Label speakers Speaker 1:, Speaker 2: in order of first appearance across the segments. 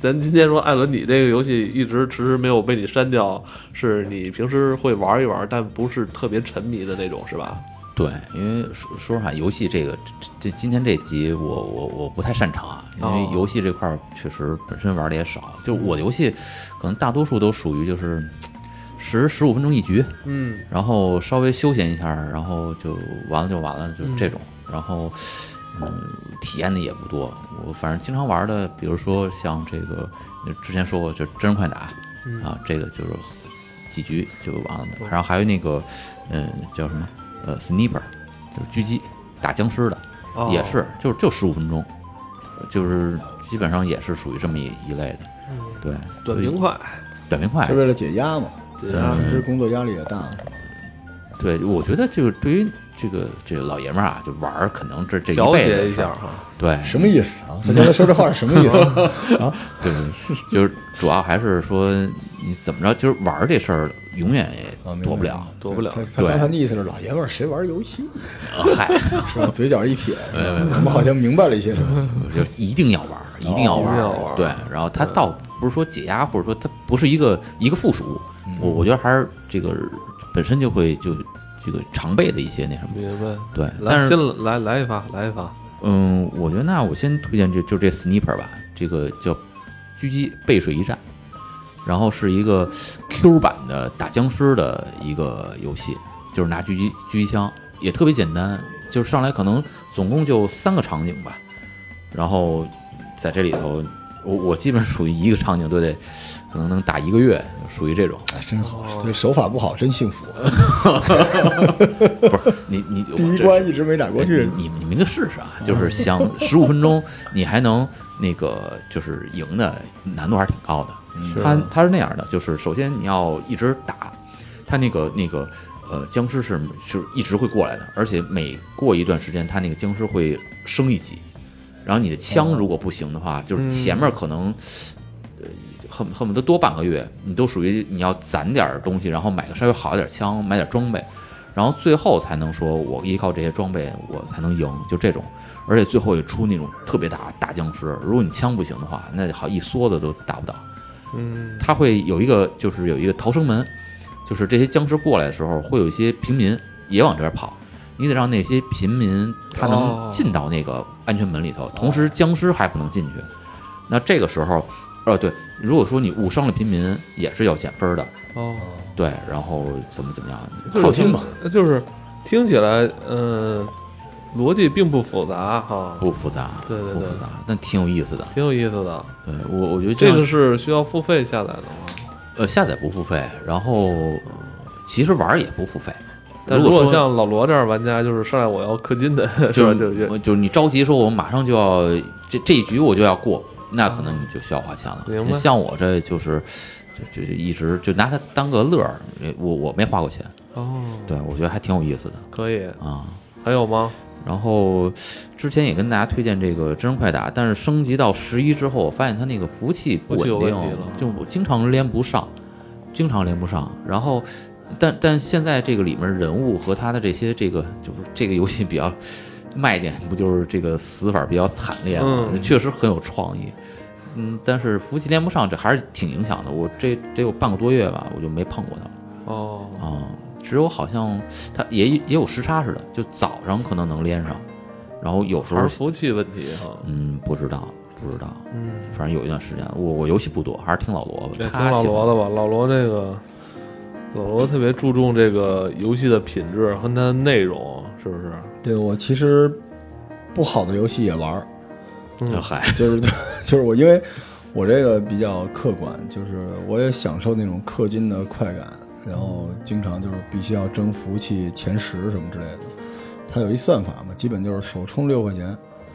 Speaker 1: 咱今天说艾伦，你这个游戏一直迟迟没有被你删掉，是你平时会玩一玩，但不是特别沉迷的那种，是吧？
Speaker 2: 对，因为说说实话，游戏这个这这今天这集我我我不太擅长啊，因
Speaker 1: 哦
Speaker 2: 为游戏这块儿确实本身玩的也少，就我的游戏可能大多数都属于就是十十五分钟一局，
Speaker 1: 嗯
Speaker 2: 然后稍微休闲一下，然后就完了就完了，就
Speaker 1: 嗯
Speaker 2: 这种。然后，嗯，体验的也不多。我反正经常玩的，比如说像这个，之前说过，就是真人快打、
Speaker 1: 嗯
Speaker 2: 啊，这个就是几局就完了。
Speaker 1: 嗯
Speaker 2: 然后还有那个，嗯，叫什么？呃，sniper，就是狙击打僵尸的，
Speaker 1: 哦
Speaker 2: 也是，就就十五分钟，就是基本上也是属于这么一一类的。
Speaker 1: 嗯
Speaker 2: 对，
Speaker 1: 短
Speaker 2: 所以
Speaker 1: 平快，
Speaker 2: 短平快
Speaker 3: 就，为了解压嘛，
Speaker 1: 解
Speaker 3: 他
Speaker 1: 压
Speaker 3: 们这工作压力也大，
Speaker 2: 对，我觉得就是对于这个这个老爷们儿啊，就玩儿可能这这一
Speaker 1: 调
Speaker 2: 辈子
Speaker 1: 节
Speaker 2: 的
Speaker 1: 一
Speaker 2: 事
Speaker 1: 下
Speaker 2: 儿，
Speaker 1: 哈。
Speaker 2: 对，
Speaker 3: 什么意思啊？他刚才说这话是什么意思？ 啊
Speaker 2: 对，就是主要还是说你怎么着，就是玩儿这事儿永远
Speaker 3: 啊
Speaker 2: 也
Speaker 3: 明白
Speaker 2: 躲不了。
Speaker 1: 躲不了
Speaker 3: 他他
Speaker 2: 对
Speaker 3: 刚才的意思是老爷们儿谁玩游戏
Speaker 2: 呃嗨，
Speaker 3: 是吧？嘴角一撇，是吧我们好像明白了一些什么。
Speaker 2: 就一定要玩儿，一定要玩
Speaker 1: 哦一定要玩
Speaker 2: 儿。
Speaker 1: 儿
Speaker 2: 对，然后它倒不是说解压，或者说它不是一个一个附属物，
Speaker 1: 嗯
Speaker 2: 我我觉得还是这个本身就会就这个常备的一些那什么。
Speaker 1: 明白。
Speaker 2: 对，但
Speaker 1: 来，
Speaker 2: 是
Speaker 1: 先来来一发，来一发。
Speaker 2: 嗯，我觉得那我先推荐就就这 Sniper 吧，这个叫狙击背水一战，然后是一个 Q 版的打僵尸的一个游戏，就是拿狙击狙击枪，也特别简单，就是上来可能总共就三个场景吧，然后在这里头，我我基本属于一个场景都得可能能打一个月，属于这种。
Speaker 3: 哎，真好，
Speaker 2: 哦
Speaker 3: 这手法不好，真 幸福。
Speaker 2: 不是你你
Speaker 3: 第一
Speaker 2: 我这是
Speaker 3: 关一直没打过
Speaker 2: 哎
Speaker 3: 去，
Speaker 2: 你你们你们应该试 试啊，就是想十五分钟，你还能那个就是赢的难度还是挺高的。
Speaker 3: 嗯
Speaker 1: 是
Speaker 2: 它它是那样的，就是首先你要一直打，它那个那个呃僵尸是是一直会过来的，而且每过一段时间，它那个僵尸会升一级。然后你的枪如果不行的话，就是前面可能呃恨恨不得多半个月，你都属于你要攒点儿东西，然后买个稍微好一点儿枪，买点儿装备，然后最后才能说我依靠这些装备我才能赢，就这种。而且最后也出那种特别大大僵尸，如果你枪不行的话，那好一梭子都打不倒。
Speaker 1: 嗯
Speaker 2: 它会有一个就是有一个逃生门，就是这些僵尸过来的时候，会有一些平民也往这边跑，你得让那些平民他
Speaker 1: 哦
Speaker 2: 能进到那个安全门里头，同时僵尸还不能进去。那这个时候，呃，对，如果说你误伤了平民，也是要减分的，
Speaker 1: 哦，
Speaker 2: 对，然后怎么怎么样，
Speaker 3: 靠近吧，
Speaker 1: 就是听起来，呃，逻辑并不复杂哈，
Speaker 2: 不复杂，
Speaker 1: 对对对
Speaker 2: 不复杂，但挺有意思的。
Speaker 1: 挺有意思的。
Speaker 2: 对我，我觉得
Speaker 1: 这
Speaker 2: 样
Speaker 1: 个是需要付费下载的吗？
Speaker 2: 呃下载不付费，然后呃其实玩儿也不付费。
Speaker 1: 但
Speaker 2: 如
Speaker 1: 如果
Speaker 2: 说
Speaker 1: 像老罗这样玩家，就是上来我要氪金的， 是
Speaker 2: 就
Speaker 1: 吧？
Speaker 2: 是
Speaker 1: 就也
Speaker 2: 我就是你着急说，我马上就要这这一局我就要过，那可能你就需要花钱了。
Speaker 1: 明白
Speaker 2: 像我这就是就就就一直就拿它当个乐儿，我我没花过钱，
Speaker 1: 哦，
Speaker 2: 对我觉得还挺有意思的
Speaker 1: 可以。
Speaker 2: 啊。
Speaker 1: 还有吗？
Speaker 2: 然后之前也跟大家推荐这个真人快打，但是升级到十一之后，我发现它那个服务器不稳
Speaker 1: 服务器
Speaker 2: 定
Speaker 1: 有问题了，
Speaker 2: 就我经常连不上，经常连不上。然后，但但现在这个里面人物和他的这些这个就是这个游戏比较卖点，不就是这个死法比较惨烈吗？
Speaker 1: 嗯
Speaker 2: 确实很有创意。嗯，但是服务器连不上，这还是挺影响的。我这得有半个多月吧，我就没碰过它了。
Speaker 1: 哦，
Speaker 2: 啊、只有好像它也也有时差似的，就早上可能能连上，然后有时
Speaker 1: 还
Speaker 2: 候
Speaker 1: 是服务器问题哈。
Speaker 2: 嗯不知道不知道，
Speaker 1: 嗯，
Speaker 2: 反正有一段时间我我游戏不多，还是听老罗吧，
Speaker 1: 也听
Speaker 2: 他
Speaker 1: 老
Speaker 2: 喜
Speaker 1: 罗
Speaker 2: 欢
Speaker 1: 的吧。老罗这个，老罗特别注重这个游戏的品质和它的内容，是不是？
Speaker 3: 对我其实不好的游戏也玩儿，
Speaker 1: 嗯，
Speaker 2: 嗨，
Speaker 3: 就是 就是我因为我这个比较客观，就是我也享受那种氪金的快感，然后经常就是必须要争服务器前十什么之类的。它有一算法嘛，基本就是首充六块钱，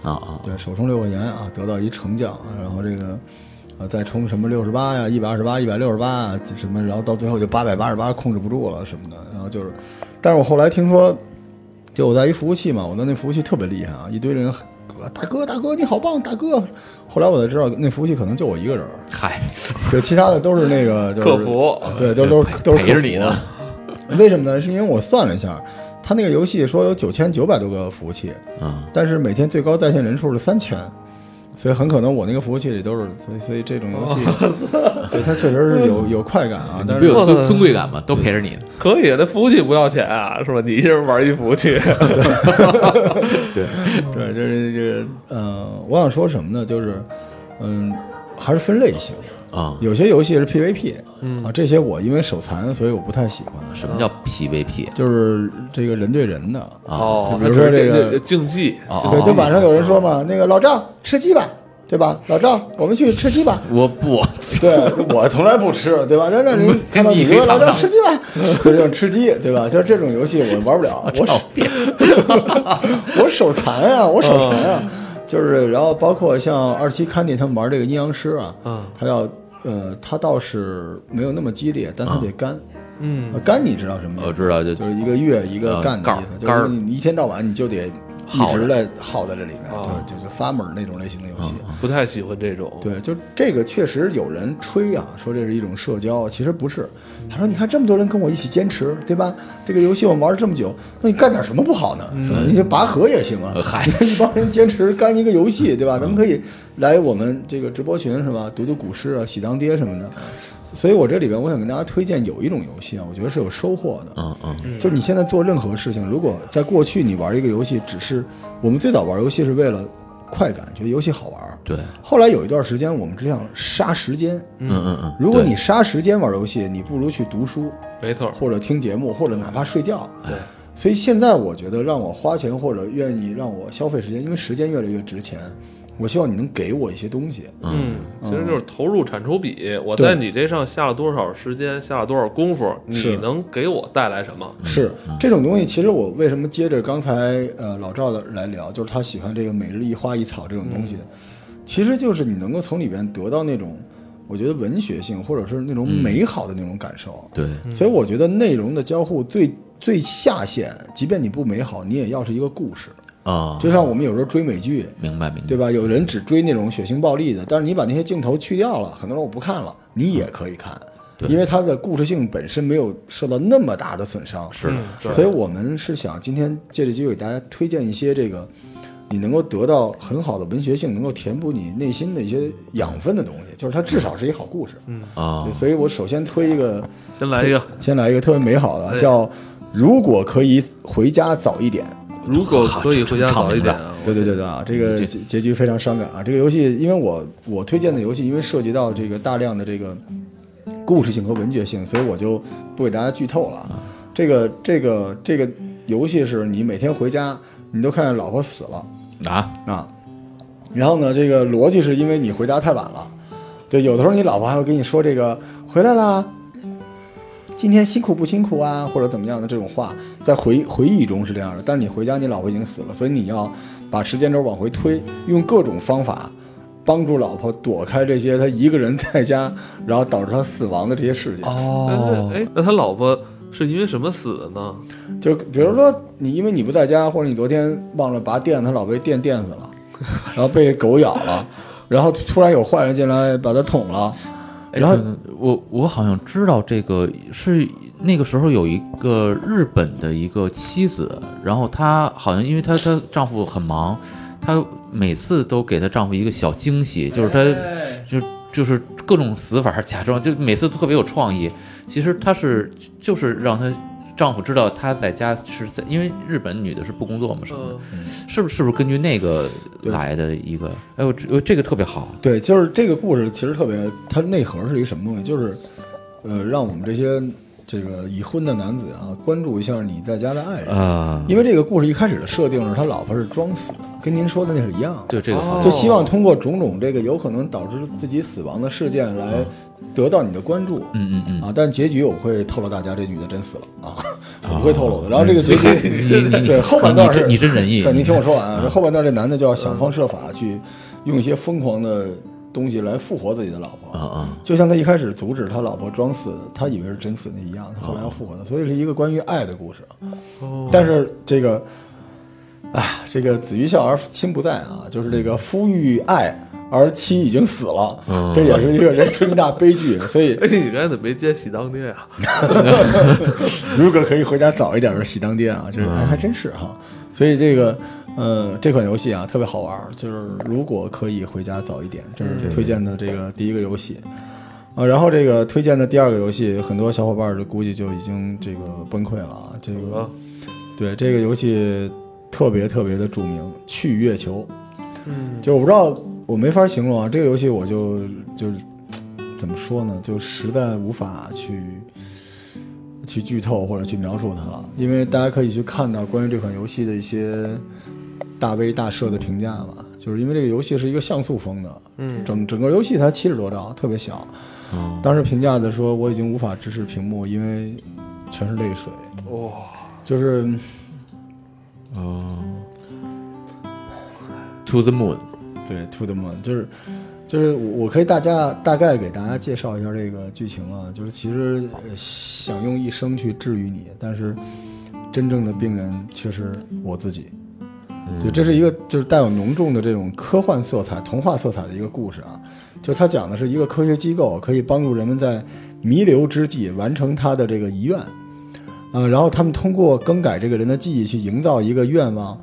Speaker 2: 啊啊，
Speaker 3: 对，首充六块钱啊，得到一成奖，然后这个呃再充什么六十八呀、一百二十八、一百六十八啊什么，然后到最后就八百八十八控制不住了什么的，然后就是，但是我后来听说，就我在一服务器嘛，我的那服务器特别厉害啊，一堆人。大哥，大哥，你好棒，大哥！后来我才知道，那服务器可能就我一个人儿，
Speaker 2: 嗨，
Speaker 3: 就其他的都是那个就是
Speaker 1: 客服
Speaker 3: 对，都都是
Speaker 2: 呃陪
Speaker 3: 都是
Speaker 2: 陪着
Speaker 3: 客服啊
Speaker 2: 你呢。
Speaker 3: 为什么呢？是因为我算了一下，他那个游戏说有九千九百多个服务器，
Speaker 2: 嗯
Speaker 3: 但是每天最高在线人数是三千，所以很可能我那个服务器里都是，所以所以这种游戏，
Speaker 2: 哦
Speaker 3: 所以它确实 是有有快感啊，但
Speaker 2: 不
Speaker 3: 是
Speaker 2: 有
Speaker 1: 我
Speaker 2: 尊
Speaker 1: 操
Speaker 2: 尊贵感吗？都陪着你，
Speaker 1: 可以，啊那服务器不要钱啊，是吧？你一人玩一服务器，
Speaker 2: 对，
Speaker 3: 对，就是这个呃，我想说什么呢？就是嗯，还是分类型，
Speaker 2: 啊，
Speaker 3: 有些游戏是 PVP，啊，
Speaker 2: 嗯
Speaker 3: 这些我因为手残，所以我不太喜欢，
Speaker 2: 什么叫 PVP
Speaker 3: 就是这个人对人的，
Speaker 2: 啊？
Speaker 1: 哦，
Speaker 3: 比如说这个
Speaker 1: 它只是竞技，
Speaker 2: 哦
Speaker 3: 对，就晚上有人说嘛，那个老赵吃鸡吧，对吧？老赵，我们去吃鸡吧。
Speaker 2: 我不，
Speaker 3: 对我从来不吃，对吧？但但人看到
Speaker 2: 嗯你
Speaker 3: 你
Speaker 2: 可以
Speaker 3: 说老
Speaker 2: 尝
Speaker 3: 赵
Speaker 2: 尝
Speaker 3: 吃鸡吧， 就这种吃鸡，对吧？就是这种游戏我玩不了，我手我手残啊，我手残啊，
Speaker 2: 嗯
Speaker 3: 就是然后包括像二七 Candy 他们玩这个阴阳师啊，
Speaker 1: 嗯
Speaker 3: 他要呃他倒是没有那么激烈，但他得干，
Speaker 1: 嗯，
Speaker 3: 呃干你知道什么意思吗？
Speaker 2: 我知道，就
Speaker 3: 就是一个月一个
Speaker 2: 呃
Speaker 3: 干的
Speaker 2: 杆儿
Speaker 3: 意思，
Speaker 2: 杆
Speaker 3: 就
Speaker 2: 儿
Speaker 3: 是你一天到晚你就得一
Speaker 2: 耗着哦
Speaker 3: 直在耗在这里面，
Speaker 1: 哦
Speaker 3: 对，就是 farmer 那种类型的游戏。
Speaker 1: 不太喜欢这种，
Speaker 3: 对，就这个确实有人吹啊，说这是一种社交，其实不是。他说：“你看这么多人跟我一起坚持，对吧？这个游戏我玩了这么久，那你干点什么不好呢？是吧你这拔河也行啊
Speaker 2: 嗯呃，嗨 嗯
Speaker 3: 一帮人坚持干一个游戏，对吧？咱们可以来我们这个直播群是吧？读读古诗啊，喜当爹什么的。所以我这里边我想跟大家推荐有一种游戏啊，我觉得是有收获的，
Speaker 2: 嗯嗯
Speaker 3: 就是你现在做任何事情，如果在过去你玩一个游戏，只是我们最早玩游戏是为了快感，觉得游戏好玩儿。
Speaker 2: 对，
Speaker 3: 后来有一段时间，我们只想杀时间。
Speaker 2: 嗯嗯嗯，
Speaker 3: 如果
Speaker 2: 对
Speaker 3: 你杀时间玩游戏，你不如去读书，
Speaker 1: 没错，
Speaker 3: 或者听节目，或者哪怕睡觉。
Speaker 1: 对，
Speaker 3: 所以现在我觉得，让我花钱或者愿意让我消费时间，因为时间越来越值钱，我希望你能给我一些东西。
Speaker 1: 嗯，其实就是投入产出比，我在你这上下了多少时间，下了多少功夫，你
Speaker 3: 是
Speaker 1: 能给我带来什么？
Speaker 3: 是这种东西，其实我为什么接着刚才呃老赵的来聊，就是他喜欢这个每日一花一草这种东西，其实就是你能够从里边得到那种，我觉得文学性或者是那种美好的那种感受。
Speaker 2: 对
Speaker 3: 所以我觉得内容的交互最最下限，即便你不美好，你也要是一个故事。
Speaker 2: 啊，
Speaker 3: 就像我们有时候追美剧，
Speaker 2: 明白明白
Speaker 3: 对，吧？有人只追那种血腥暴力的，但是你把那些镜头去掉了，很多人我不看了，你也可以看，
Speaker 2: 嗯对
Speaker 3: 因为它的故事性本身没有受到那么大的损伤。嗯
Speaker 2: 是的，
Speaker 1: 嗯对
Speaker 3: 所以我们是想今天借这机会给大家推荐一些这个。你能够得到很好的文学性，能够填补你内心的一些养分的东西，就是它至少是一好故事。嗯，
Speaker 2: 啊，
Speaker 3: 所以我首先推一个
Speaker 1: 先来一个，
Speaker 3: 先来一个特别美好的，叫“如果可以回家早一点
Speaker 1: 如果可以回家早一点啊”。，
Speaker 3: 对对对对啊，这个结结局非常伤感啊！这个游戏，因为我我推荐的游戏，因为涉及到这个大量的这个故事性和文学性，所以我就不给大家剧透了啊。这个这个这个游戏是你每天回家，你都看见老婆死了。
Speaker 2: 啊，
Speaker 3: 啊。然后呢，这个逻辑是因为你回家太晚了，对，有的时候你老婆还会跟你说这个回来啦，今天辛苦不辛苦啊，或者怎么样的这种话，在回回忆中是这样的，但是你回家你老婆已经死了，所以你要把时间轴往回推，用各种方法。帮助老婆躲开这些她一个人在家，然后导致她死亡的这些事情。
Speaker 2: 哦
Speaker 3: 哦
Speaker 1: 那哎，那他老婆是因为什么死的呢？
Speaker 3: 就比如说你因为你不在家，或者你昨天忘了拔电，他老被电电死了，然后被狗咬了，然后突然有坏人进来把他捅了，
Speaker 2: 哎
Speaker 3: 然后
Speaker 2: 等等我我好像知道这个是那个时候有一个日本的一个妻子，然后她好像因为她她丈夫很忙，她每次都给她丈夫一个小惊喜，就是她
Speaker 1: 哎
Speaker 2: 就就是各种死法儿假装，就每次都特别有创意。其实她是就是让她丈夫知道她在家是在，因为日本女的是不工作嘛什么的，
Speaker 1: 嗯，
Speaker 2: 是不是是不是根据那个来的一个？哎，我这这个特别好，
Speaker 3: 对，就是这个故事其实特别，它内核是一个什么东西？就是，呃，让我们这些这个已婚的男子啊，关注一下你在家的爱人，
Speaker 2: 呃，
Speaker 3: 因为这个故事一开始的设定是他老婆是装死的，跟您说的那是一样的。
Speaker 2: 对这个好。
Speaker 3: 就希望通过种种这个有可能导致自己死亡的事件来得到你的关注。
Speaker 2: 哦嗯嗯嗯，
Speaker 3: 啊，但结局我不会透露大家，这女的真死了啊， 我不会透露的。然后这个 结局，对后半段是，
Speaker 2: 你嗯真仁义，
Speaker 3: 对，你听我说完啊，这后半段这男的就要想方设法去用一些疯狂的东西来复活自己的老
Speaker 2: 啊
Speaker 3: 婆，
Speaker 2: 啊，
Speaker 3: 就像他一开始阻止他老婆装死，他以为是真死那一样，他后来要
Speaker 2: 啊
Speaker 3: 复活的，所以是一个关于爱的故事。
Speaker 1: 哦，
Speaker 3: 但是这个，哎，这个子欲孝而亲不在啊，就是这个夫欲爱而妻已经死了，
Speaker 2: 嗯
Speaker 3: 这也是一个人生一大悲剧，所以。
Speaker 1: 哎，你刚才怎么没接喜当爹啊？
Speaker 3: 如果可以回家早一点，是喜当爹啊，这、哎、还真是哈、所以这个呃，这款游戏啊特别好玩儿，就是如果可以回家早一点，这是推荐的这个第一个游戏。啊，然后这个推荐的第二个游戏，很多小伙伴儿就估计就已经这个崩溃了啊。这个
Speaker 1: 嗯
Speaker 3: 对这个游戏特别特别的著名，《去月球》
Speaker 1: 嗯，
Speaker 3: 就是我不知道，我没法形容啊。这个游戏我就就是嘖怎么说呢，就实在无法去去剧透或者去描述它了，因为大家可以去看到关于这款游戏的一些大 V 大社的评价吧。就是因为这个游戏是一个像素风的，
Speaker 1: 嗯
Speaker 3: 整整个游戏才七十多兆，特别小。
Speaker 2: 嗯
Speaker 3: 当时评价的说我已经无法直视屏幕，因为全是泪水。
Speaker 1: 哇，
Speaker 3: 就是
Speaker 2: 哦，To the Moon，
Speaker 3: 对，To the Moon，就是就是我我可以大家大概给大家介绍一下这个剧情啊，就是其实呃想用一生去治愈你，但是真正的病人却是我自己。就这是一个就是带有浓重的这种科幻色彩、童话色彩的一个故事啊，就它讲的是一个科学机构可以帮助人们在弥留之际完成他的这个遗愿，啊，然后他们通过更改这个人的记忆去营造一个愿望，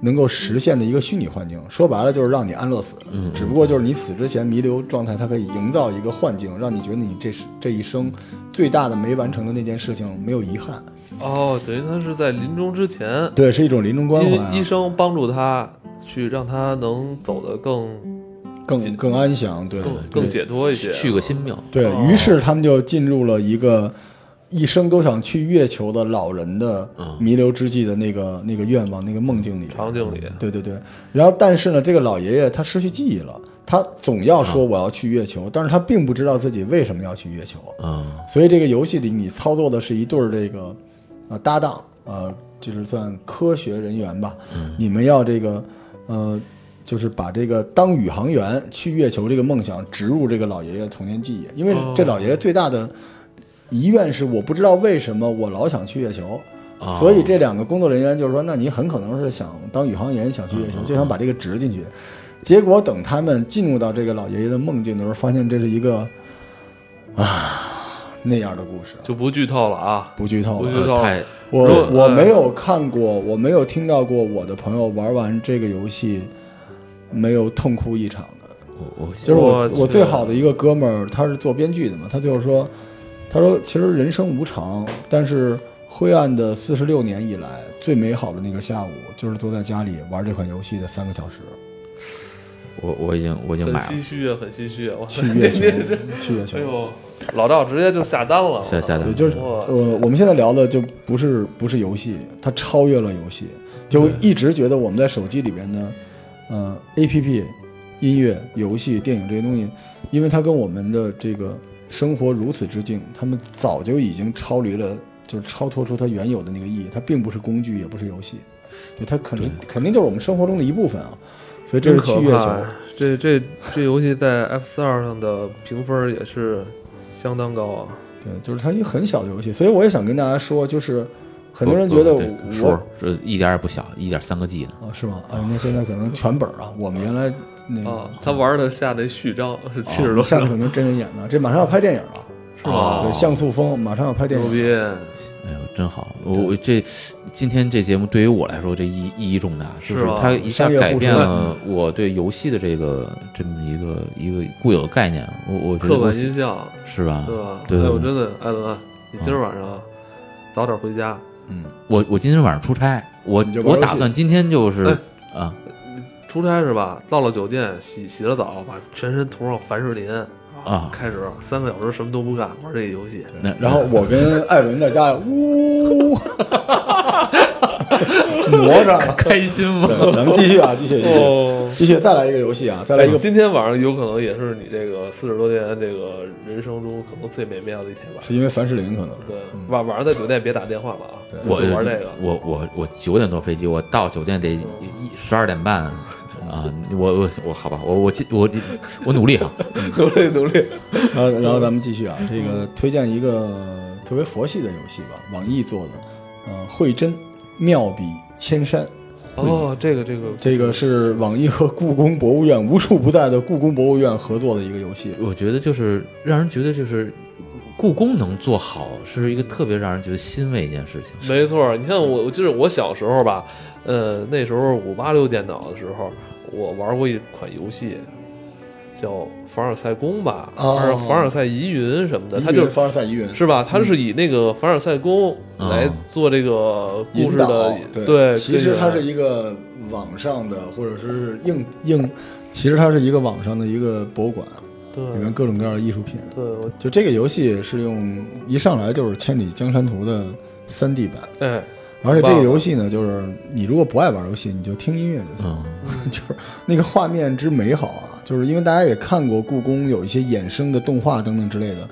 Speaker 3: 能够实现的一个虚拟幻境，说白了就是让你安乐死，只不过就是你死之前弥留状态，它可以营造一个幻境，让你觉得你这是这一生最大的没完成的那件事情没有遗憾，
Speaker 1: 哦，等于他是在临终之前，
Speaker 3: 对，是一种临终关怀、啊
Speaker 1: 医医生帮助他去让他能走得更
Speaker 3: 更更安详，对，
Speaker 1: 更
Speaker 3: 嗯对
Speaker 1: 更解脱一些。
Speaker 2: 去个新庙，
Speaker 3: 对
Speaker 1: 哦
Speaker 3: 于是，他们就进入了一个一生都想去月球的老人的
Speaker 2: 嗯
Speaker 3: 弥留之际的那个那个愿望、那个梦境里。
Speaker 1: 场景里，
Speaker 3: 对对对，然后但是呢，这个老爷爷他失去记忆了，他总要说我要去月球，但是他并不知道自己为什么要去月球。
Speaker 2: 嗯
Speaker 3: 所以这个游戏里你操作的是一对儿这个呃搭档，呃，就是算科学人员吧。你们要这个呃，就是把这个当宇航员去月球这个梦想植入这个老爷爷童年记忆，因为
Speaker 1: 哦
Speaker 3: 这老爷爷最大的遗愿是我不知道为什么我老想去月球。
Speaker 2: 哦
Speaker 3: 所以这两个工作人员就是说，那你很可能是想当宇航员，想去月球，就想把这个植进去。结果等他们进入到这个老爷爷的梦境的时候，发现这是一个那样的故事，
Speaker 1: 就不剧透了啊。
Speaker 3: 不剧透
Speaker 1: 不
Speaker 3: 了。
Speaker 1: 剧透了
Speaker 2: 呃太
Speaker 3: 我
Speaker 1: 如果
Speaker 3: 我
Speaker 1: 呃
Speaker 3: 没有看过，我没有听到过我的朋友玩完这个游戏没有痛哭一场的。
Speaker 2: 我我
Speaker 3: 就是我
Speaker 1: 我
Speaker 3: 我
Speaker 1: 去
Speaker 3: 最好的一个哥们儿，他是做编剧的嘛，他就是说，他说其实人生无常，但是灰暗的四十六年以来最美好的那个下午，就是坐在家里玩这款游戏的三个小时，
Speaker 2: 我我已经我已经
Speaker 1: 很
Speaker 2: 买
Speaker 1: 唏
Speaker 2: 了，
Speaker 1: 嘘啊，很唏嘘啊！我
Speaker 3: 去 月球，去月球
Speaker 1: 哎。呦，老赵直接就下单了，
Speaker 2: 下下单
Speaker 3: 对，就是
Speaker 1: 哇
Speaker 3: 呃，我们现在聊的就不是不是游戏，它超越了游戏。就一直觉得我们在手机里边呢，呃，A P P、音乐、游戏、电影这些东西，因为它跟我们的这个生活如此之近，他们早就已经超离了，就是超脱出它原有的那个意义。它并不是工具，也不是游戏，就它肯定肯定就是我们生活中的一部分啊。所以这
Speaker 1: 真
Speaker 3: 是
Speaker 1: 可
Speaker 3: 去月球
Speaker 1: 怕，呀！这这这游戏在 F 四二上的评分也是相当高啊。
Speaker 3: 对，就是它一个很小的游戏。所以我也想跟大家说，就是很多人觉得
Speaker 2: 不不
Speaker 3: 我
Speaker 2: 对说这一点儿也不小，一点三个 G 呢，
Speaker 3: 啊，是吗？啊，那现在可能全本儿啊，我们原来
Speaker 2: 嗯
Speaker 3: 那
Speaker 1: 啊
Speaker 3: 个，
Speaker 1: 他玩的下那序章是七十多
Speaker 3: 下
Speaker 1: 章，
Speaker 3: 面可能真人演的，这马上要拍电影了，
Speaker 1: 是吧？
Speaker 2: 哦
Speaker 3: 对，像素风马上要拍电
Speaker 1: 牛
Speaker 3: 影，
Speaker 1: 逼！
Speaker 2: 哎呦真好，我我这今天这节目对于我来说这意意义重大，就是是
Speaker 1: 吧
Speaker 2: 它一下
Speaker 3: 商业
Speaker 2: 改
Speaker 3: 互
Speaker 2: 变
Speaker 3: 吹
Speaker 2: 了
Speaker 1: 嗯
Speaker 2: 我对游戏的这个这么一个一个固有的概念，我我觉得
Speaker 1: 刻
Speaker 2: 我
Speaker 1: 板印象，
Speaker 2: 是吧
Speaker 1: 对？吧？
Speaker 2: 对
Speaker 1: 哎
Speaker 2: 对
Speaker 1: 呦，
Speaker 2: 对
Speaker 1: 真的，艾伦啊，你今儿晚上啊早点回家，
Speaker 3: 嗯，
Speaker 2: 我我今天晚上出差，我
Speaker 3: 你就玩
Speaker 2: 我
Speaker 3: 游戏
Speaker 2: 打算今天就是啊，
Speaker 1: 出差是吧？到了酒店，洗洗了澡，把全身涂上凡士林
Speaker 2: 啊
Speaker 1: 开始三个小时什么都不干，玩这游戏。
Speaker 2: 那
Speaker 3: 然后我跟艾伦在家里呜， 磨着，
Speaker 2: 开心吗？
Speaker 3: 对，咱们继续啊，继续，继续，
Speaker 1: 哦，
Speaker 3: 继续，再来一个游戏啊，再来一个，
Speaker 1: 今天晚上有可能也是你这个四十多年这个人生中可能最美妙的一天吧。
Speaker 3: 是因为凡士林可能是
Speaker 1: 对，晚晚上在酒店别打电话了啊，
Speaker 2: 我
Speaker 1: 就玩这个。
Speaker 2: 我我我九点多飞机，我到酒店得一十二点半啊！我我我好吧，我我今我我努力哈，
Speaker 1: 努力努力，
Speaker 3: 然后然后咱们继续
Speaker 1: 嗯
Speaker 3: 啊，这个推荐一个特别佛系的游戏吧，网易做的，呃，慧真妙笔千山。
Speaker 1: 哦，这个这个
Speaker 3: 这个是网易和故宫博物院无处不在的故宫博物院合作的一个游戏。
Speaker 2: 我觉得就是让人觉得就是故宫能做好，是一个特别让人觉得欣慰一件事情。
Speaker 1: 没错儿，你看我，我记得我小时候吧，呃，那时候五八六电脑的时候，我玩过一款游戏，叫《凡尔赛宫》吧，
Speaker 3: 哦
Speaker 1: 还是《凡尔赛疑云》什么的，它
Speaker 3: 疑
Speaker 1: 就
Speaker 3: 云嗯凡尔赛疑云
Speaker 1: 是吧？它是以那个凡尔赛宫
Speaker 2: 嗯
Speaker 1: 来做这个故
Speaker 3: 引
Speaker 1: 事
Speaker 3: 导
Speaker 1: 的，，
Speaker 3: 对，
Speaker 1: 对，
Speaker 3: 其实它是
Speaker 1: 一
Speaker 3: 一个网上的，或者说是硬硬，其实它是一个网上的一个博物馆，
Speaker 1: 对
Speaker 3: 里面各种各样的艺术品。
Speaker 1: 对，我
Speaker 3: 就这个游戏是用一上来就是《千里江山图》的3 D 版，
Speaker 1: 哎，
Speaker 3: 而且这个游戏呢，就是你如果不爱玩游戏，你就听音乐就行。
Speaker 2: 嗯，
Speaker 3: 就是那个画面之美好啊，就是因为大家也看过故宫有一些衍生的动画等等之类的，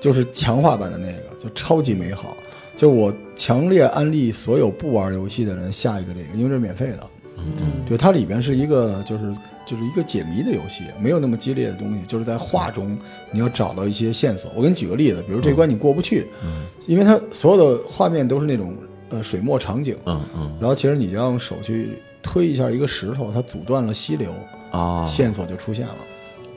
Speaker 3: 就是强化版的那个，就超级美好。就是我强烈安利所有不玩游戏的人下一个这个，因为这是免费的。
Speaker 1: 嗯
Speaker 3: 对，它里边是一个就是就是一个解谜的游戏，没有那么激烈的东西，就是在画中你要找到一些线索。我给你举个例子，比如这关你过不去，
Speaker 1: 嗯
Speaker 3: 因为它所有的画面都是那种呃水墨场景，
Speaker 2: 嗯嗯
Speaker 3: 然后其实你就要用手去推一下一个石头，它阻断了溪流，
Speaker 2: 啊，
Speaker 3: 线索就出现了，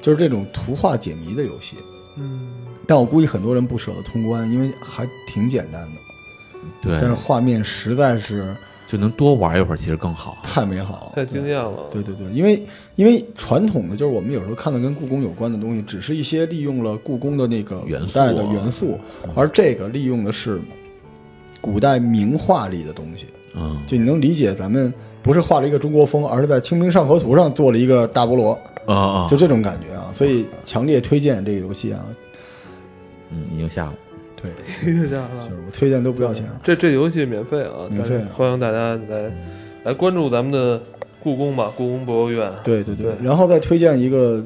Speaker 3: 就是这种图画解谜的游戏。
Speaker 1: 嗯，
Speaker 3: 但我估计很多人不舍得通关，因为还挺简单的，
Speaker 2: 对
Speaker 3: 但，是画面实在是
Speaker 2: 就能多玩一会儿，其实更好。
Speaker 3: 太美好
Speaker 1: 太
Speaker 3: 了。
Speaker 1: 惊艳了，
Speaker 3: 对对对，因为因为传统的就是我们有时候看到跟故宫有关的东西，只是一些利用了故宫的那个
Speaker 2: 元
Speaker 3: 古
Speaker 2: 素
Speaker 3: 代的
Speaker 2: 啊
Speaker 3: 元素，而这个利用的是古代名画里的东西。
Speaker 2: 嗯，
Speaker 3: 就你能理解咱们不是画了一个中国风，而是在《清明上河图》上做了一个大菠萝，
Speaker 2: 啊啊，
Speaker 3: 就这种感觉啊。所以强烈推荐这个游戏啊，
Speaker 2: 嗯，已经下了。
Speaker 3: 对，
Speaker 1: 惊艳
Speaker 3: 就
Speaker 1: 了
Speaker 3: 是。我推荐都不要钱啊。
Speaker 1: 这这游戏免费啊，
Speaker 3: 免费
Speaker 1: 大家欢迎大家来来关注咱们的故宫吧，故宫博物院。
Speaker 3: 对对对
Speaker 1: 对，
Speaker 3: 然后再推荐一个，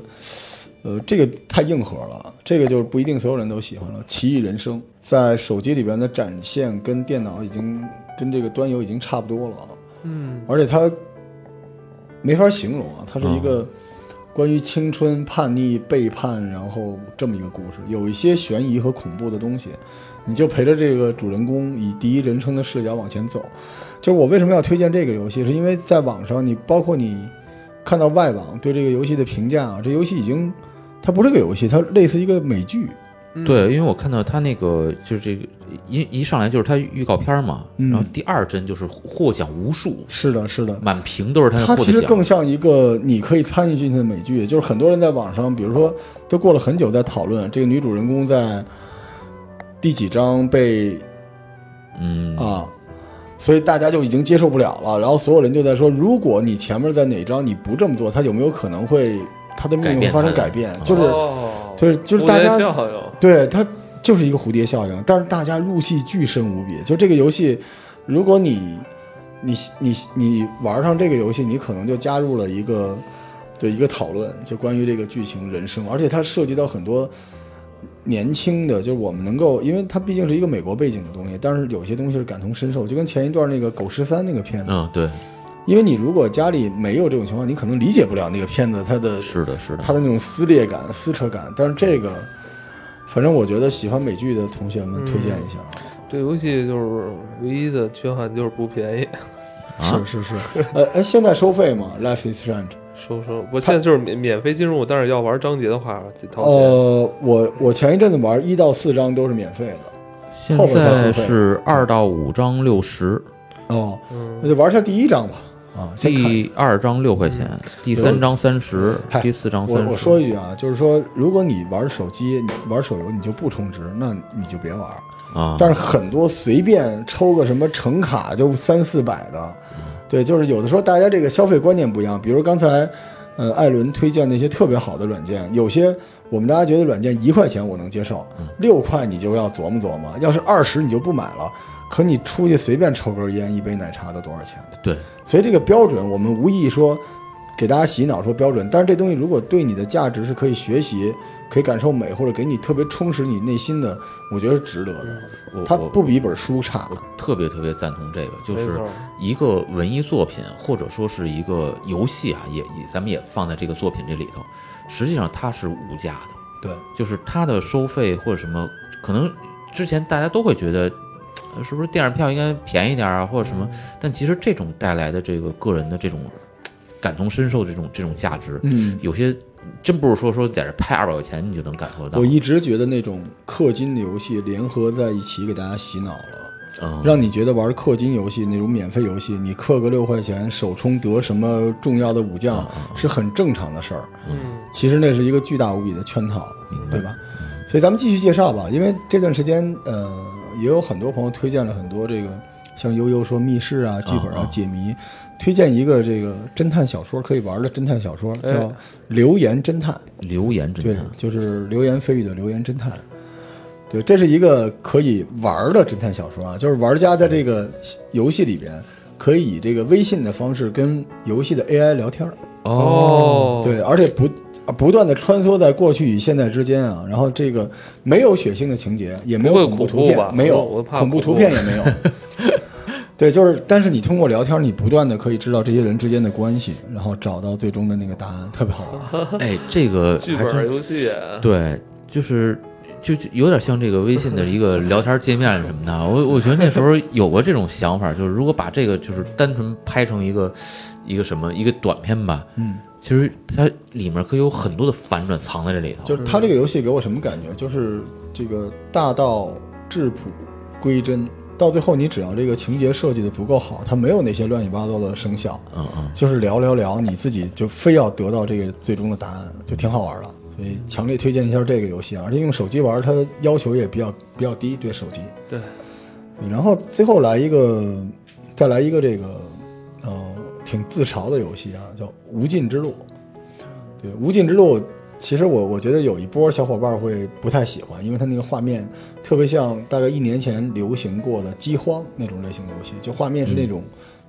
Speaker 3: 呃，这个太硬核了啊，这个就是不一定所有人都喜欢了，《奇异人生》在手机里边的展现跟电脑已经跟这个端游已经差不多了啊。
Speaker 1: 嗯，
Speaker 3: 而且它没法形容啊，它是一个关于青春、叛逆、背叛，然后这么一个故事，有一些悬疑和恐怖的东西，你就陪着这个主人公以第一人称的视角往前走。就是我为什么要推荐这个游戏，是因为在网上你包括你看到外网对这个游戏的评价啊，这游戏已经它不是个游戏，它类似一个美剧，
Speaker 1: 嗯
Speaker 2: 对，因为我看到他那个就是这个一一上来就是他预告片嘛，
Speaker 3: 嗯
Speaker 2: 然后第二帧就是获奖无数，
Speaker 3: 是的，是的，
Speaker 2: 满屏都是他
Speaker 3: 它
Speaker 2: 获
Speaker 3: 其实
Speaker 2: 的
Speaker 3: 更
Speaker 2: 奖。
Speaker 3: 像一个你可以参与进去的美剧，也就是很多人在网上，比如说都过了很久在讨论这个女主人公在第几章被
Speaker 2: 嗯
Speaker 3: 啊，所以大家就已经接受不了了。然后所有人就在说，如果你前面在哪章你不这么做，她有没有可能会她的
Speaker 2: 改
Speaker 3: 命运
Speaker 2: 变
Speaker 3: 发生
Speaker 2: 她的
Speaker 3: 改变？
Speaker 2: 哦
Speaker 3: 就是
Speaker 1: 哦
Speaker 3: 就是就是大
Speaker 1: 蝴
Speaker 3: 家
Speaker 1: 蝶效应，
Speaker 3: 对它就是一个蝴蝶效应，但是大家入戏巨深无比。就这个游戏，如果你你你你玩上这个游戏，你可能就加入了一个对一个讨论，就关于这个剧情人生，而且它涉及到很多年轻的，就是我们能够，因为它毕竟是一个美国背景的东西，但是有些东西是感同身受，就跟前一段那个《狗十三》那个片子，
Speaker 2: 嗯，对，
Speaker 3: 因为你如果家里没有这种情况，你可能理解不了那个片子它的
Speaker 2: 是的，是的，
Speaker 3: 他的那种撕裂感、撕扯感。但是这个，反正我觉得喜欢美剧的同学们推荐一下。
Speaker 2: 嗯
Speaker 1: 这游戏就是唯一的缺憾就是不便宜，
Speaker 2: 啊
Speaker 3: 是 是是，呃哎，现在收费吗？Life is Strange。
Speaker 1: 收收，我现在就是免免费进入，但是要玩章节的话得掏钱。
Speaker 3: 呃，我我前一阵子玩一到四章都是免费的。
Speaker 2: 现
Speaker 3: 后边才
Speaker 2: 在
Speaker 3: 付费
Speaker 2: 是二到五张六十，
Speaker 3: 哦，
Speaker 1: 嗯，
Speaker 3: 那就玩一下第一章吧。啊，先看。嗯
Speaker 2: 第二张六块钱，第三张三十，
Speaker 3: 嗨
Speaker 2: 第四张
Speaker 3: 我
Speaker 2: 三
Speaker 3: 我
Speaker 2: 十。
Speaker 3: 说一句啊，就是说，如果你玩手机、你玩手游，你就不充值，那你就别玩。
Speaker 2: 啊，
Speaker 3: 但是很多随便抽个什么橙卡就三四百的，对，就是有的时候大家这个消费观念不一样。比如刚才，呃，艾伦推荐那些特别好的软件，有些我们大家觉得软件一块钱我能接受，六块你就要琢磨琢磨，要是二十你就不买了。可你出去随便抽根烟、一杯奶茶都多少钱？
Speaker 2: 对，
Speaker 3: 所以这个标准，我们无意说给大家洗脑说标准，但是这东西如果对你的价值是可以学习、可以感受美，或者给你特别充实你内心的，我觉得是值得的。
Speaker 2: 我
Speaker 3: 它
Speaker 2: 我
Speaker 3: 不比一本书差
Speaker 2: 我。特别特别赞同这个，就
Speaker 1: 没
Speaker 2: 是
Speaker 1: 错
Speaker 2: 一个文艺作品或者说是一个游戏啊，也也咱们也放在这个作品这里头，实际上它是无价的。
Speaker 3: 对，
Speaker 2: 就是它的收费或者什么，可能之前大家都会觉得，呃是不是电影票应该便宜点儿啊，或者什么？但其实这种带来的这个个人的这种感同身受这种这种价值，
Speaker 3: 嗯，
Speaker 2: 有些真不是说说在这拍二百块钱你就能感受到
Speaker 3: 我。一直觉得那种氪金的游戏联合在一起给大家洗脑了，
Speaker 2: 嗯
Speaker 3: 让你觉得玩氪金游戏那种免费游戏，你氪个六块钱首充得什么重要的武
Speaker 2: 嗯
Speaker 3: 将是很正常的事儿。
Speaker 1: 嗯，
Speaker 3: 其实那是一个巨大无比的圈套，
Speaker 2: 嗯
Speaker 3: 对吧？所以咱们继续介绍吧，因为这段时间呃，也有很多朋友推荐了很多这个，像悠悠说密室啊、剧
Speaker 2: 嗯
Speaker 3: 本啊、解谜，推荐一个这个侦探小说可以玩的侦探小说，
Speaker 2: 哎
Speaker 3: 叫《留言侦探》。
Speaker 2: 留言侦
Speaker 3: 对
Speaker 2: 探，，
Speaker 3: 就是流言蜚语的流言侦探。对，这是一个可以玩儿的侦探小说啊，就是玩家在这个游戏里边可以以这个微信的方式跟游戏的 AI 聊天儿。
Speaker 1: 哦，
Speaker 3: 对，而且不啊不断的穿梭在过去与现在之间啊，然后这个没有血腥的情节，也没
Speaker 1: 不会
Speaker 3: 有恐怖
Speaker 1: 恐
Speaker 3: 图
Speaker 1: 怖
Speaker 3: 片，
Speaker 1: 吧
Speaker 3: 没有
Speaker 1: 我我怕
Speaker 3: 恐怖
Speaker 1: 恐
Speaker 3: 图
Speaker 1: 怖
Speaker 3: 片也没有。对，就是，但是你通过聊天，你不断的可以知道这些人之间的关系，然后找到最终的那个答案，特别好 玩。
Speaker 2: 哎，这个
Speaker 1: 剧
Speaker 2: 还真
Speaker 1: 本游戏，
Speaker 2: 对，就是就就有点像这个微信的一个聊天界面什么的。我我觉得那时候有过这种想法，就是如果把这个就是单纯拍成一个一个什么一个短片吧，
Speaker 3: 嗯，
Speaker 2: 其实它里面可以有很多的反转藏在这里头。
Speaker 3: 就是它这个游戏给我什么感觉？就是这个大道质朴归真，到最后你只要这个情节设计的足够好，它没有那些乱七八糟的声效，
Speaker 2: 嗯嗯，
Speaker 3: 就是聊聊聊，你自己就非要得到这个最终的答案，就挺好玩的。所以强烈推荐一下这个游戏啊，而且用手机玩它要求也比较比较低，对手机。
Speaker 1: 对，
Speaker 3: 嗯然后最后来一个，再来一个这个，呃，挺自嘲的游戏啊，叫《无尽之路》。对，《无尽之路》其实我我觉得有一波小伙伴会不太喜欢，因为它那个画面特别像大概一年前流行过的《饥荒》那种类型的游戏，就画面是那种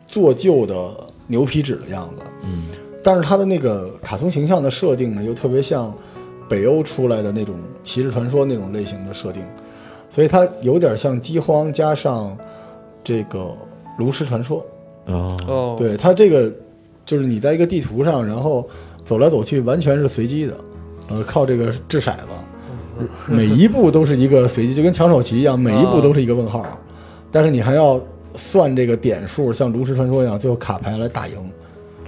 Speaker 3: 做旧的牛皮纸的样子。嗯，但是它的那个卡通形象的设定呢，又特别像北欧出来的那种骑士传说那种类型的设定。所以它有点像饥荒加上这个炉石传说。
Speaker 2: 哦，
Speaker 1: 哦，，
Speaker 3: 对它这个，就是你在一个地图上，然后走来走去，完全是随机的，呃，靠这个掷骰子，每一步都是一个随机，就跟抢手棋一样，每一步都是一个问号，但是你还要算这个点数，像炉石传说一样，最后卡牌来打赢。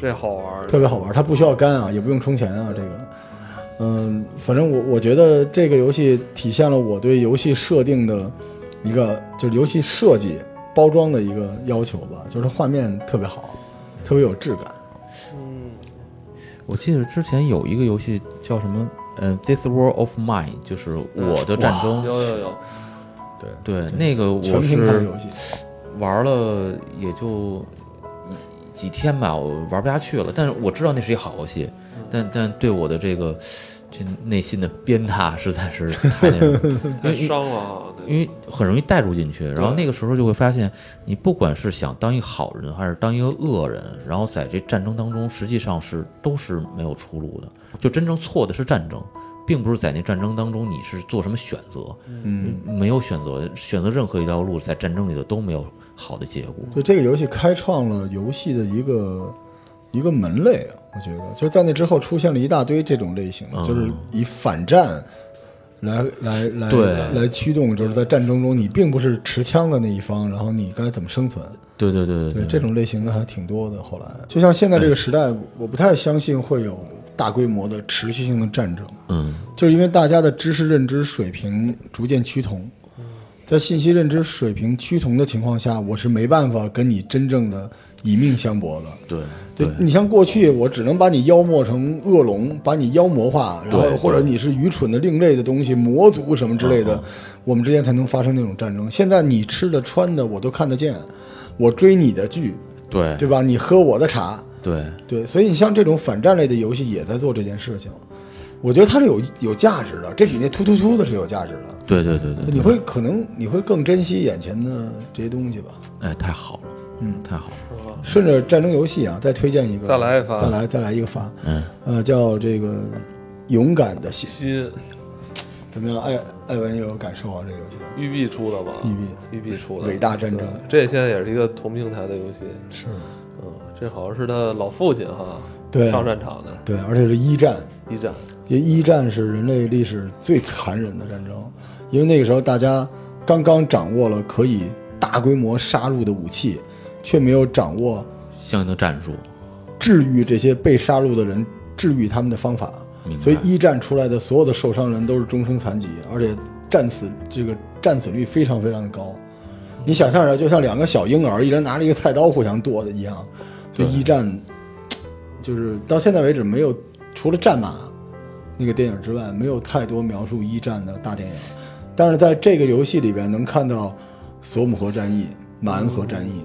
Speaker 1: 这好玩儿，
Speaker 3: 特别好玩，它不需要肝
Speaker 2: 嗯
Speaker 3: 啊，也不用充钱啊，这个。嗯，反正我我觉得这个游戏体现了我对游戏设定的一个，就是游戏设计包装的一个要求吧，就是画面特别好，特别有质感。
Speaker 1: 嗯，
Speaker 2: 我记得之前有一个游戏叫什么，嗯、t h i s War of Mine，就是我的战争
Speaker 1: 有。有有，
Speaker 3: 对，
Speaker 2: 嗯对，那个
Speaker 3: 全
Speaker 2: 我
Speaker 3: 平台
Speaker 2: 是
Speaker 3: 游戏，
Speaker 2: 玩了也就几天吧，我玩不下去了。但是我知道那是一好游戏，但但对我的这个这内心的鞭挞实在是太
Speaker 1: 太
Speaker 2: 那什么了因为因为
Speaker 1: 伤了啊，
Speaker 2: 因为很容易带入进去。然后
Speaker 1: 对
Speaker 2: 那个时候就会发现，你不管是想当一个好人还是当一个恶人，然后在这战争当中，实际上是都是没有出路的。就真正错的是战争。并不是在那战争当中你是做什么选择，
Speaker 3: 嗯，
Speaker 2: 没有选择，选择任何一条路，在战争里头都没有好的结果。
Speaker 3: 就这个游戏开创了游戏的一个一个门类啊，我觉得就是在那之后出现了一大堆这种类型的，就是以反战来来来
Speaker 2: 对
Speaker 3: 来驱动，就是在战争中你并不是持枪的那一方，然后你该怎么生存？
Speaker 2: 对对对
Speaker 3: 对，这种类型的还挺多的。后来就像现在这个时代，我不太相信会有大规模的持续性的战争。
Speaker 2: 嗯，
Speaker 3: 就是因为大家的知识认知水平逐渐趋同，在信息认知水平趋同的情况下，我是没办法跟你真正的以命相搏的。
Speaker 2: 对
Speaker 3: 对你像过去，我只能把你妖魔成恶龙，把你妖魔化，然后
Speaker 2: 对啊
Speaker 3: 或者你是愚蠢的另类的东西，魔族什么之类的，我们之间才能发生那种战争。现在你吃的穿的我都看得见，我追你的剧，
Speaker 2: 对
Speaker 3: 对吧？你喝我的茶，
Speaker 2: 对
Speaker 3: 对，所以你像这种反战类的游戏也在做这件事情，我觉得它是有有价值的，这比那突突突的是有价值的。
Speaker 2: 对对对对对，
Speaker 3: 你会可能你会更珍惜眼前的这些东西吧。
Speaker 2: 哎，太好了，嗯，太好了，
Speaker 1: 是吧？
Speaker 3: 顺着战争游戏啊，再推荐一个，
Speaker 1: 再来一发
Speaker 3: 再来再来一个发，
Speaker 2: 嗯，
Speaker 3: 呃，叫这个勇敢的心，
Speaker 1: 心
Speaker 3: 怎么样？艾艾文有感受啊？这个游戏
Speaker 1: 育碧出的吧？
Speaker 3: 育碧
Speaker 1: 育碧出的
Speaker 3: 伟大战争
Speaker 1: 对这现在也是一个同平台的游戏，
Speaker 3: 是，
Speaker 1: 嗯，这好像是他老父亲哈，
Speaker 3: 对
Speaker 1: 上战场的
Speaker 3: 对，而且是一战，
Speaker 1: 一战，
Speaker 3: 因为一战是人类历史最残忍的战争，因为那个时候大家刚刚掌握了可以大规模杀戮的武器，却没有掌握
Speaker 2: 相应的战术，
Speaker 3: 治愈这些被杀戮的人、治愈他们的方法
Speaker 2: 明。白
Speaker 3: 所以一战出来的所有的受伤人都是终生残疾，而且战死这个战损率非常非常的高。你想象着就像两个小婴儿，一人拿着一个菜刀互相剁的一样，就一战，就是到现在为止没有除了战马那个电影之外，没有太多描述一战的大电影。但是在这个游戏里边能看到索姆河战役、马恩河战役，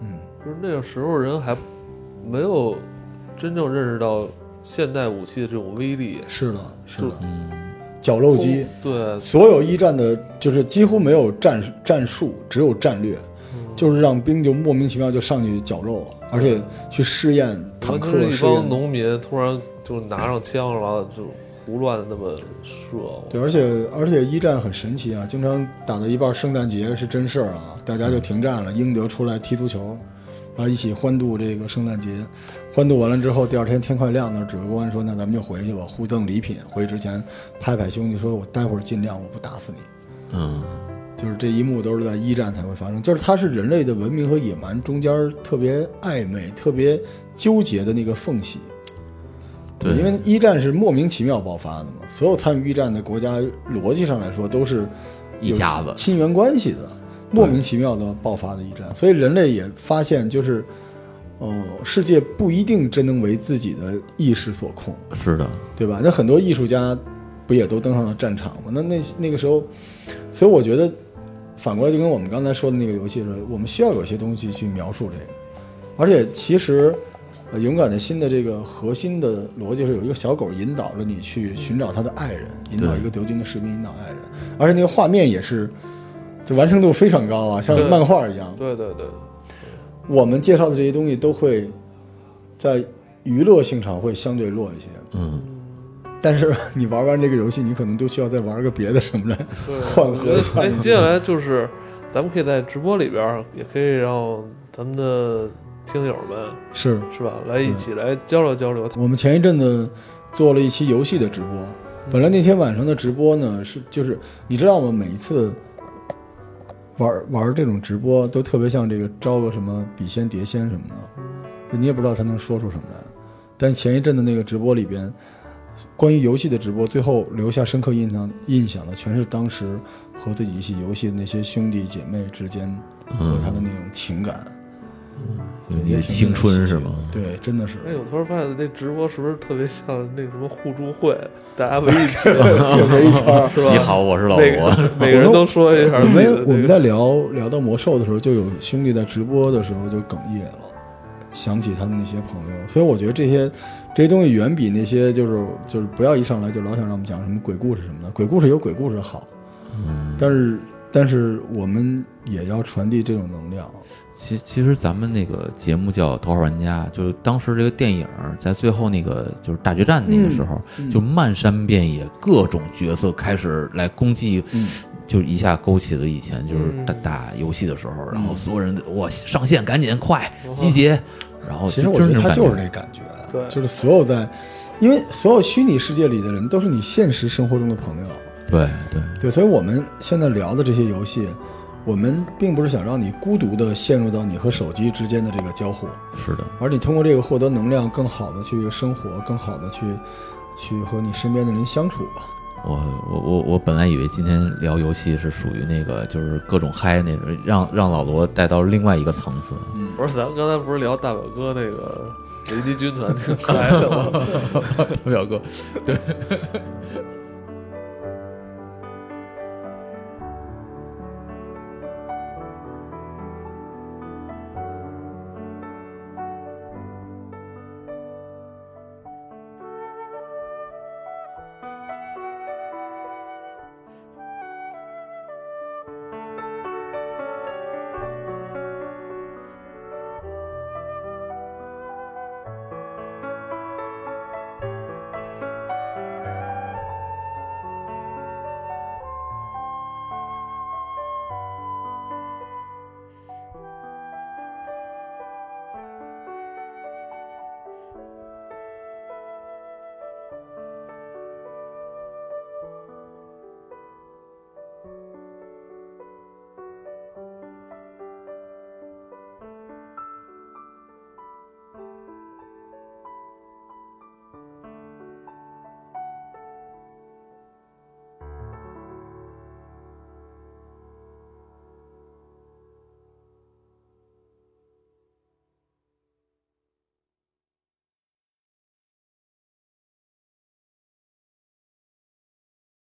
Speaker 2: 嗯
Speaker 1: 就是那个时候人还没有真正认识到现代武器的这种威力。
Speaker 3: 是的，是的，
Speaker 2: 嗯
Speaker 3: 绞肉机。
Speaker 1: 对，
Speaker 3: 所有一战的，就是几乎没有战战术，只有战略，
Speaker 1: 嗯
Speaker 3: 就是让兵就莫名其妙就上去绞肉了，而且去试验坦
Speaker 1: 完
Speaker 3: 克
Speaker 1: 全是，一
Speaker 3: 试
Speaker 1: 帮
Speaker 3: 验
Speaker 1: 农民突然就拿上枪，然后就胡乱地那么射。我
Speaker 3: 对，而且而且一战很神奇啊，经常打到一半，圣诞节是真事儿啊，大家就停战了，英德出来踢足球，然后一起欢度这个圣诞节，欢度完了之后，第二天天快亮，那指挥官说：“那咱们就回去吧，互赠礼品。回去之前拍拍兄弟说，我待会儿尽量我不打死你。”
Speaker 2: 嗯，
Speaker 3: 就是这一幕都是在一战才会发生，就是它是人类的文明和野蛮中间儿特别暧昧、特别纠结的那个缝隙。
Speaker 2: 对
Speaker 3: 因为一战是莫名其妙爆发的嘛，所有参与一战的国家逻辑上来说都是
Speaker 2: 一
Speaker 3: 有
Speaker 2: 家子
Speaker 3: 亲缘关系的，莫名其妙的爆发的一战，所以人类也发现就是，呃，世界不一定真能为自己的意识所控。
Speaker 2: 是的，
Speaker 3: 对吧？那很多艺术家不也都登上了战场吗？那那那个时候，所以我觉得反过来就跟我们刚才说的那个游戏似的，我们需要有些东西去描述这个。而且其实，呃勇敢的心的这个核心的逻辑是有一个小狗引导着你去寻找他的爱人，引导一个德军的士兵引导爱人，而且那个画面也是。就完成度非常高啊，像
Speaker 1: 对
Speaker 3: 漫画一样。
Speaker 1: 对对对，
Speaker 3: 我们介绍的这些东西都会在娱乐性上会相对弱一些，
Speaker 2: 嗯，
Speaker 3: 但是你玩完这个游戏，你可能就需要再玩个别的什么来
Speaker 1: 对
Speaker 3: 换
Speaker 1: 我
Speaker 3: 合
Speaker 1: 觉得
Speaker 3: 一下
Speaker 1: 哎，接下来就是咱们可以在直播里边儿，也可以让咱们的听友们
Speaker 3: 是
Speaker 1: 是吧，来一起来交流交流。
Speaker 3: 我们前一阵子做了一期游戏的直播，本来那天晚上的直播呢是就是你知道吗？每一次玩玩这种直播都特别像这个招个什么笔仙碟仙什么的，你也不知道他能说出什么来。但前一阵的那个直播里边，关于游戏的直播，最后留下深刻印象印象的全是当时和自己一起游戏的那些兄弟姐妹之间
Speaker 2: 嗯
Speaker 3: 和他的那种情感。对
Speaker 2: 你的青春是吗？
Speaker 3: 对，真的是。
Speaker 1: 哎，我突然发现那直播是不是特别像那什么互助会，大家围一起
Speaker 3: 就围一圈儿
Speaker 1: 是 吧？
Speaker 2: 你好，我是老
Speaker 1: 每个
Speaker 2: 罗，
Speaker 1: 每个人都说一下
Speaker 3: 我
Speaker 1: 自己
Speaker 3: 们
Speaker 1: 的
Speaker 3: 我们
Speaker 1: 这
Speaker 3: 在
Speaker 1: 个。
Speaker 3: 聊聊到魔兽的时候，就有兄弟在直播的时候就哽咽了，想起他们那些朋友。所以我觉得这些这些东西远比那些就是就是不要一上来就老想让我们讲什么鬼故事什么的，鬼故事有鬼故事好，
Speaker 2: 嗯，
Speaker 3: 但是但是我们也要传递这种能量。
Speaker 2: 其其实咱们那个节目叫《头号玩家》，就是当时这个电影在最后那个就是大决战
Speaker 3: 嗯
Speaker 2: 那个时候，就漫山遍野各种角色开始来攻击，
Speaker 3: 嗯
Speaker 2: 就一下勾起了以前就是打打游戏的时候，
Speaker 3: 嗯
Speaker 2: 然后所有人都我上线赶紧快集结，然后
Speaker 3: 哦其
Speaker 2: 哦就
Speaker 3: 实我
Speaker 2: 就
Speaker 3: 觉
Speaker 2: 那
Speaker 3: 得
Speaker 2: 种
Speaker 3: 他
Speaker 2: 感
Speaker 3: 就是这感觉，啊
Speaker 1: 对
Speaker 3: 就是所有在，因为所有虚拟世界里的人都是你现实生活中的朋友。
Speaker 2: 对对，
Speaker 3: 对，所以我们现在聊的这些游戏，我们并不是想让你孤独的陷入到你和手机之间的这个交互，
Speaker 2: 是的，
Speaker 3: 而你通过这个获得能量，更好的去生活，更好的去去和你身边的人相处吧。
Speaker 2: 我我我我本来以为今天聊游戏是属于那个就是各种嗨那种，让让老罗带到另外一个层次，
Speaker 1: 不是，咱们刚才不是聊大表哥那 个雷迪军团挺可爱的吗？
Speaker 2: 表哥，对，